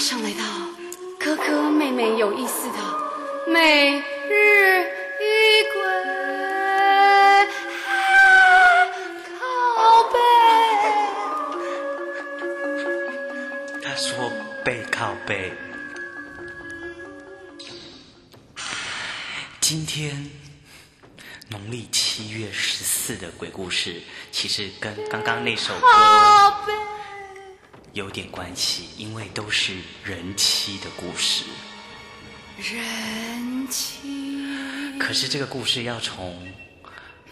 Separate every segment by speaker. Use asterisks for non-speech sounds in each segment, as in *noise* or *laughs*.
Speaker 1: 上来到哥哥妹妹有意思的每日一鬼靠背。
Speaker 2: 他说背靠背。今天农历七月十四的鬼故事，其实跟刚刚那首歌
Speaker 1: 靠背，
Speaker 2: 有点关系，因为都是人妻的故事。
Speaker 1: 人妻
Speaker 2: 可是这个故事要从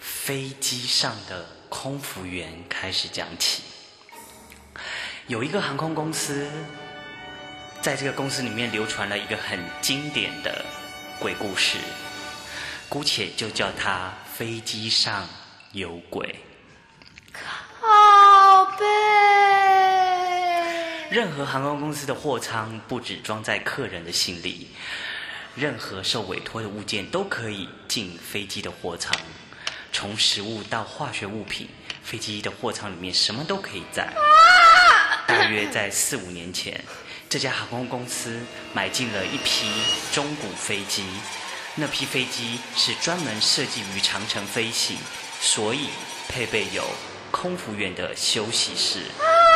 Speaker 2: 飞机上的空服员开始讲起。有一个航空公司，在这个公司里面流传了一个很经典的鬼故事，姑且就叫它“飞机上有鬼”。
Speaker 1: 靠背，
Speaker 2: 任何航空公司的货舱不只装在客人的行李，任何受委托的物件都可以进飞机的货舱，从食物到化学物品，飞机的货舱里面什么都可以载。大约在四五年前，这家航空公司买进了一批中古飞机，那批飞机是专门设计于长程飞行，所以配备有空服员的休息室。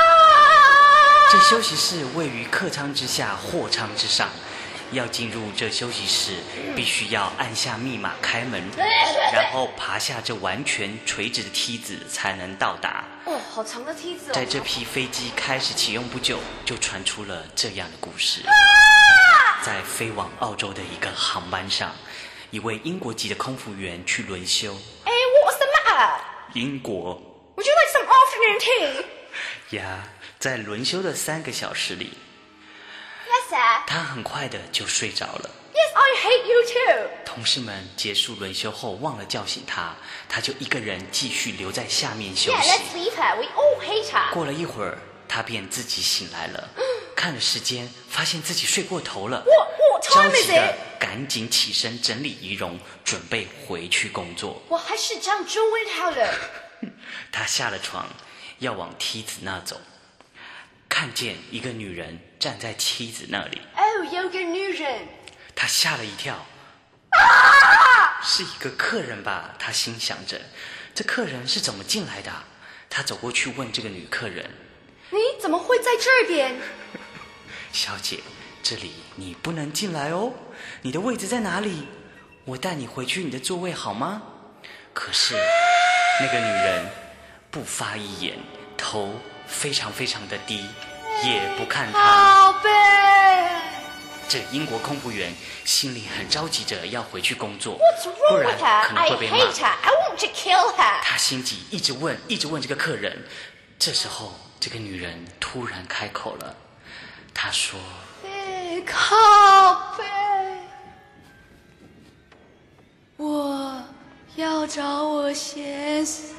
Speaker 2: *laughs* 这休息室位于客舱之下，货舱之上。要进入这休息室，必须要按下密码开门，然后爬下这完全垂直的梯子才能到达。
Speaker 1: 哦，好长的梯子
Speaker 2: 在这批飞机开始启用不久，就传出了这样的故事：在飞往澳洲的一个航班上，一位英国籍的空服员去轮休。
Speaker 1: 哎，What's the matter？
Speaker 2: 英国
Speaker 1: Would you like some afternoon tea?
Speaker 2: 呀，在轮休的三个小时里，
Speaker 1: Yes, sir.
Speaker 2: 他很快的就睡着了。
Speaker 1: Yes, I hate you too.
Speaker 2: 同事们结束轮休后忘了叫醒他，他就一个人继续留在下面休
Speaker 1: Yeah,
Speaker 2: 息。
Speaker 1: let's leave her. We all hate her.
Speaker 2: 过了一会儿，他便自己醒来了，
Speaker 1: 嗯
Speaker 2: 看了时间，发现自己睡过头了。
Speaker 1: What what
Speaker 2: 着
Speaker 1: time
Speaker 2: 急
Speaker 1: is
Speaker 2: 的
Speaker 1: it?
Speaker 2: 赶紧起身整理仪容，准备回去工作。
Speaker 1: 我还是将中文好了。
Speaker 2: 他下了床，要往梯子那走，看见一个女人站在梯子那里，
Speaker 1: 哦，有个女人，
Speaker 2: 他吓了一跳。是一个客人吧？他心想着，这客人是怎么进来的啊、他走过去问这个女客人
Speaker 1: 你怎么会在这边？：“
Speaker 2: 小姐，这里你不能进来哦，你的位置在哪里？我带你回去你的座位好吗？”可是那个女人不发一言，头非常非常的低，也不看他。
Speaker 1: 宝贝，
Speaker 2: 这英国空服员心里很着急着要回去工作
Speaker 1: What's
Speaker 2: 不
Speaker 1: wrong
Speaker 2: 然
Speaker 1: with
Speaker 2: 可
Speaker 1: her?
Speaker 2: 能
Speaker 1: I
Speaker 2: 会被骂
Speaker 1: hate。her. I want to kill her.
Speaker 2: 他心急，一直问，一直问这个客人。这时候，这个女人突然开口了，她说
Speaker 1: 背靠背，我要找我先生，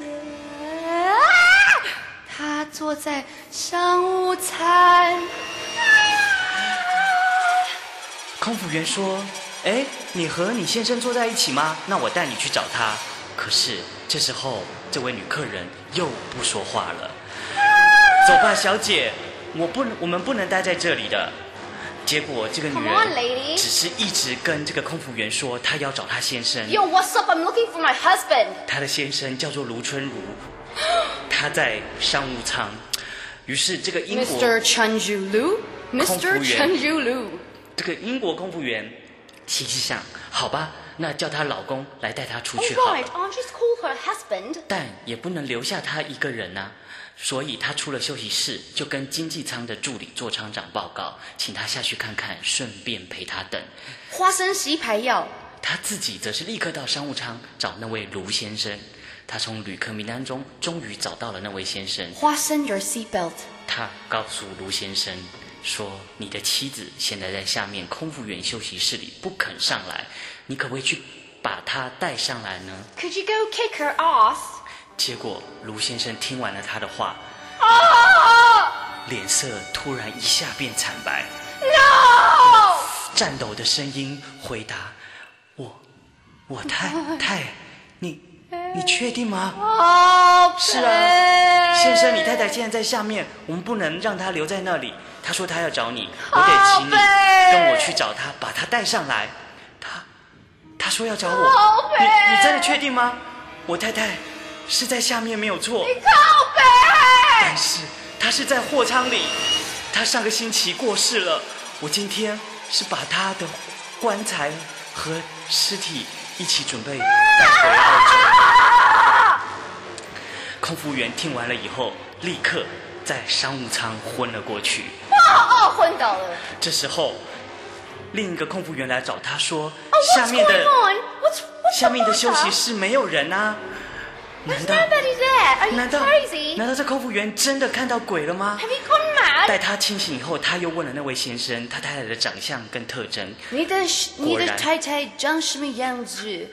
Speaker 1: 他坐在商务舱。：“
Speaker 2: 空服员说，哎，你和你先生坐在一起吗？那我带你去找他。”可是这时候，这位女客人又不说话了。走吧，小姐，我不能，我们不能待在这里的。结果这个女
Speaker 1: Come
Speaker 2: 人
Speaker 1: on, lady.
Speaker 2: 只是一直跟这个空服员说，她要找她先生。
Speaker 1: Yo, what's up? I'm looking for my husband.
Speaker 2: 她的先生叫做卢春如，她在商务舱。于是这个英国
Speaker 1: Mr. Chanju Lu?
Speaker 2: 空服
Speaker 1: Mr.
Speaker 2: 员
Speaker 1: Chanju Lu.
Speaker 2: 这个英国空服员心想，好吧，那叫她老公来带她出去
Speaker 1: All
Speaker 2: 好
Speaker 1: right,
Speaker 2: 了，
Speaker 1: aren't you call her husband?
Speaker 2: 但也不能留下她一个人呐、啊所以她出了休息室，就跟经济舱的助理座舱长报告，请他下去看看，顺便陪她等。
Speaker 1: 花生洗牌药。
Speaker 2: 他自己则是立刻到商务舱找那位卢先生。他从旅客名单中终于找到了那位先生，
Speaker 1: 花生 your seatbelt.
Speaker 2: 他告诉卢先生说：“你的妻子现在在下面空服员休息室里不肯上来，你可不可以去把她带上来呢
Speaker 1: Could you go kick her ass?？”
Speaker 2: 结果卢先生听完了他的话，
Speaker 1: Oh!
Speaker 2: 脸色突然一下变惨白，
Speaker 1: No!
Speaker 2: 颤抖的声音回答：“我，我太太，你，你确定吗？
Speaker 1: 哦，
Speaker 2: 是啊，先生，你太太现在在下面，我们不能让她留在那里。她说她要找你，我得请你
Speaker 1: 宝贝
Speaker 2: 跟我去找她，把她带上来。她，她说要找我
Speaker 1: 宝。贝
Speaker 2: 你你真的确定吗？我太太是在下面没有错，
Speaker 1: 靠背
Speaker 2: 但是她是在货仓里。她上个星期过世了，我今天是把她的棺材和尸体一起准备带回澳洲。空服员听完了以后，立刻在商务舱昏了过去。
Speaker 1: 哦哦，昏倒了。
Speaker 2: 这时候，另一个空服员来找他说：“
Speaker 1: 哦，what's Oh,
Speaker 2: 下面的
Speaker 1: going on? What's, what's
Speaker 2: 下面的休息
Speaker 1: the matter?
Speaker 2: 室没有人啊？难道
Speaker 1: Nobody there. Are
Speaker 2: *laughs* 难
Speaker 1: you
Speaker 2: 道
Speaker 1: crazy?
Speaker 2: 难道这空服员真的看到鬼了吗
Speaker 1: Have you gone mad?
Speaker 2: 待他清醒以后，他又问了那位先生他太太的长相跟特征，
Speaker 1: 你的你的
Speaker 2: 然
Speaker 1: 太太长什么样子？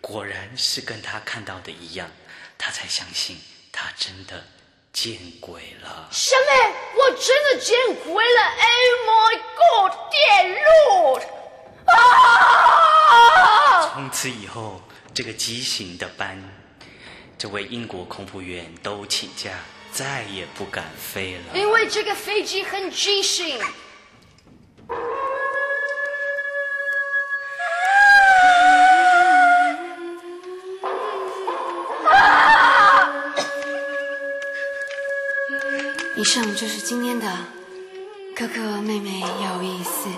Speaker 2: 果然是跟他看到的一样，他才相信他真的见鬼了。
Speaker 1: 什么？我真的见鬼了！Oh my God！电路啊！
Speaker 2: 从此以后，这个畸形的班，这位英国空服员都请假，再也不敢飞了。
Speaker 1: 因为这个飞机很畸形。以上就是今天的哥哥妹妹有意思，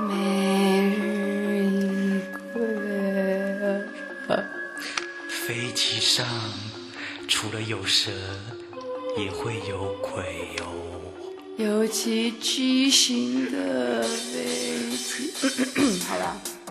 Speaker 1: 每日一个。
Speaker 2: 飞机上除了有蛇，也会有鬼哟、
Speaker 1: 尤其畸形的飞机。好了， *coughs*